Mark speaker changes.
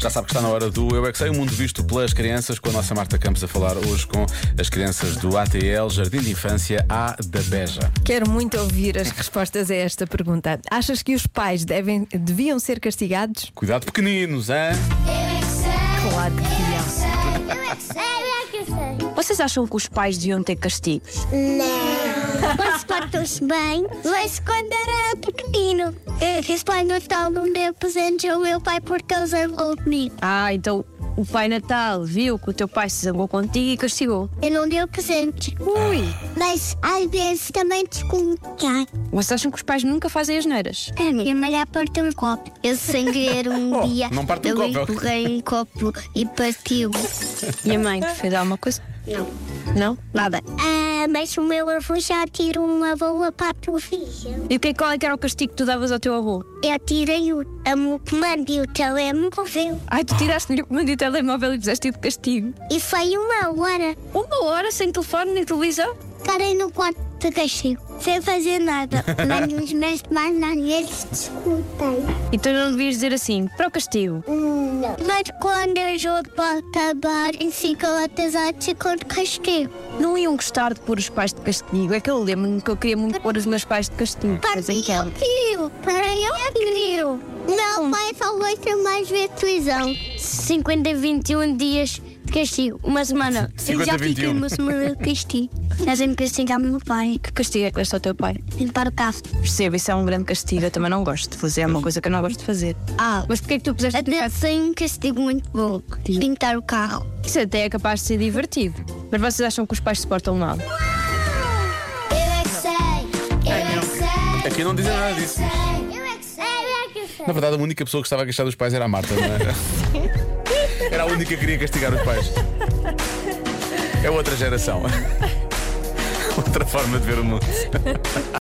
Speaker 1: Já sabe que está na hora do Eu é que Sei, o mundo visto pelas crianças, com a nossa Marta Campos a falar hoje com as crianças do ATL, Jardim de Infância A da Beja.
Speaker 2: Quero muito ouvir as respostas a esta pergunta. Achas que os pais devem, deviam ser castigados?
Speaker 1: Cuidado, pequeninos, hein?
Speaker 2: Claro que deviam.
Speaker 3: Vocês acham que os pais deviam ter castigos?
Speaker 4: Eles portam-se bem, mas quando era pequenino. Esse pai Natal não deu presente ao meu pai porque ele zangou comigo.
Speaker 3: Ah, então o Pai Natal viu que o teu pai se zangou contigo e castigou.
Speaker 4: Ele não deu presente.
Speaker 3: Ui!
Speaker 4: Mas às vezes também descontar.
Speaker 3: Vocês acham que os pais nunca fazem as neiras?
Speaker 4: A minha mãe já partiu um copo. Eu sem querer um
Speaker 1: Oh,
Speaker 4: dia
Speaker 1: não parte um
Speaker 4: eu
Speaker 1: copo, é o que-
Speaker 4: empurrei um copo e partiu.
Speaker 3: E a mãe que fez alguma coisa? Não. Não?
Speaker 4: Nada. Ah, mas o meu avô já tirou uma boa para o filho.
Speaker 3: E o que, qual é que era o castigo que tu davas ao teu avô?
Speaker 4: Eu tirei o, o comando e o telemóvel.
Speaker 3: Ai, tu tiraste-lhe o comando e o telemóvel e puseste de castigo.
Speaker 4: E foi uma hora.
Speaker 3: Uma hora sem telefone nem televisão?
Speaker 4: Estarei no quarto de castigo, sem fazer nada. Mas os meus pais às vezes discutem.
Speaker 3: Então não devias dizer assim, para o castigo.
Speaker 4: Mas quando eu jogo para acabar, ficam atrasados e com castigo.
Speaker 3: Não iam gostar de pôr os pais de castigo. É que eu lembro-me que eu queria muito pôr os meus pais de castigo. Mas em que
Speaker 4: eu queria, para eu queria.
Speaker 3: Hum.
Speaker 4: Meu pai só gosta mais ver televisão.
Speaker 3: 50 a 21 dias de castigo. Uma semana.
Speaker 1: 50 a 21.
Speaker 4: semana de castigo. Mas eu me castigo ao meu pai.
Speaker 3: Que castigo é que deste ao teu pai?
Speaker 4: Limpar o carro.
Speaker 3: Percebo, isso é um grande castigo. Eu também não gosto de fazer. É uma coisa que eu não gosto de fazer. Ah, mas porquê é que tu puseste
Speaker 4: Até sem um castigo muito bom. Pintar o carro.
Speaker 3: Isso até é capaz de ser divertido. Mas vocês acham que os pais se portam mal?
Speaker 4: Eu é que sei, eu é que sei.
Speaker 1: Aqui não dizem nada disso.
Speaker 4: Eu é que sei, eu é que sei.
Speaker 1: Na verdade, a única pessoa que estava a gastar dos pais era a Marta, não é? Era a única que queria castigar os pais. É outra geração. Outra forma de ver o mundo.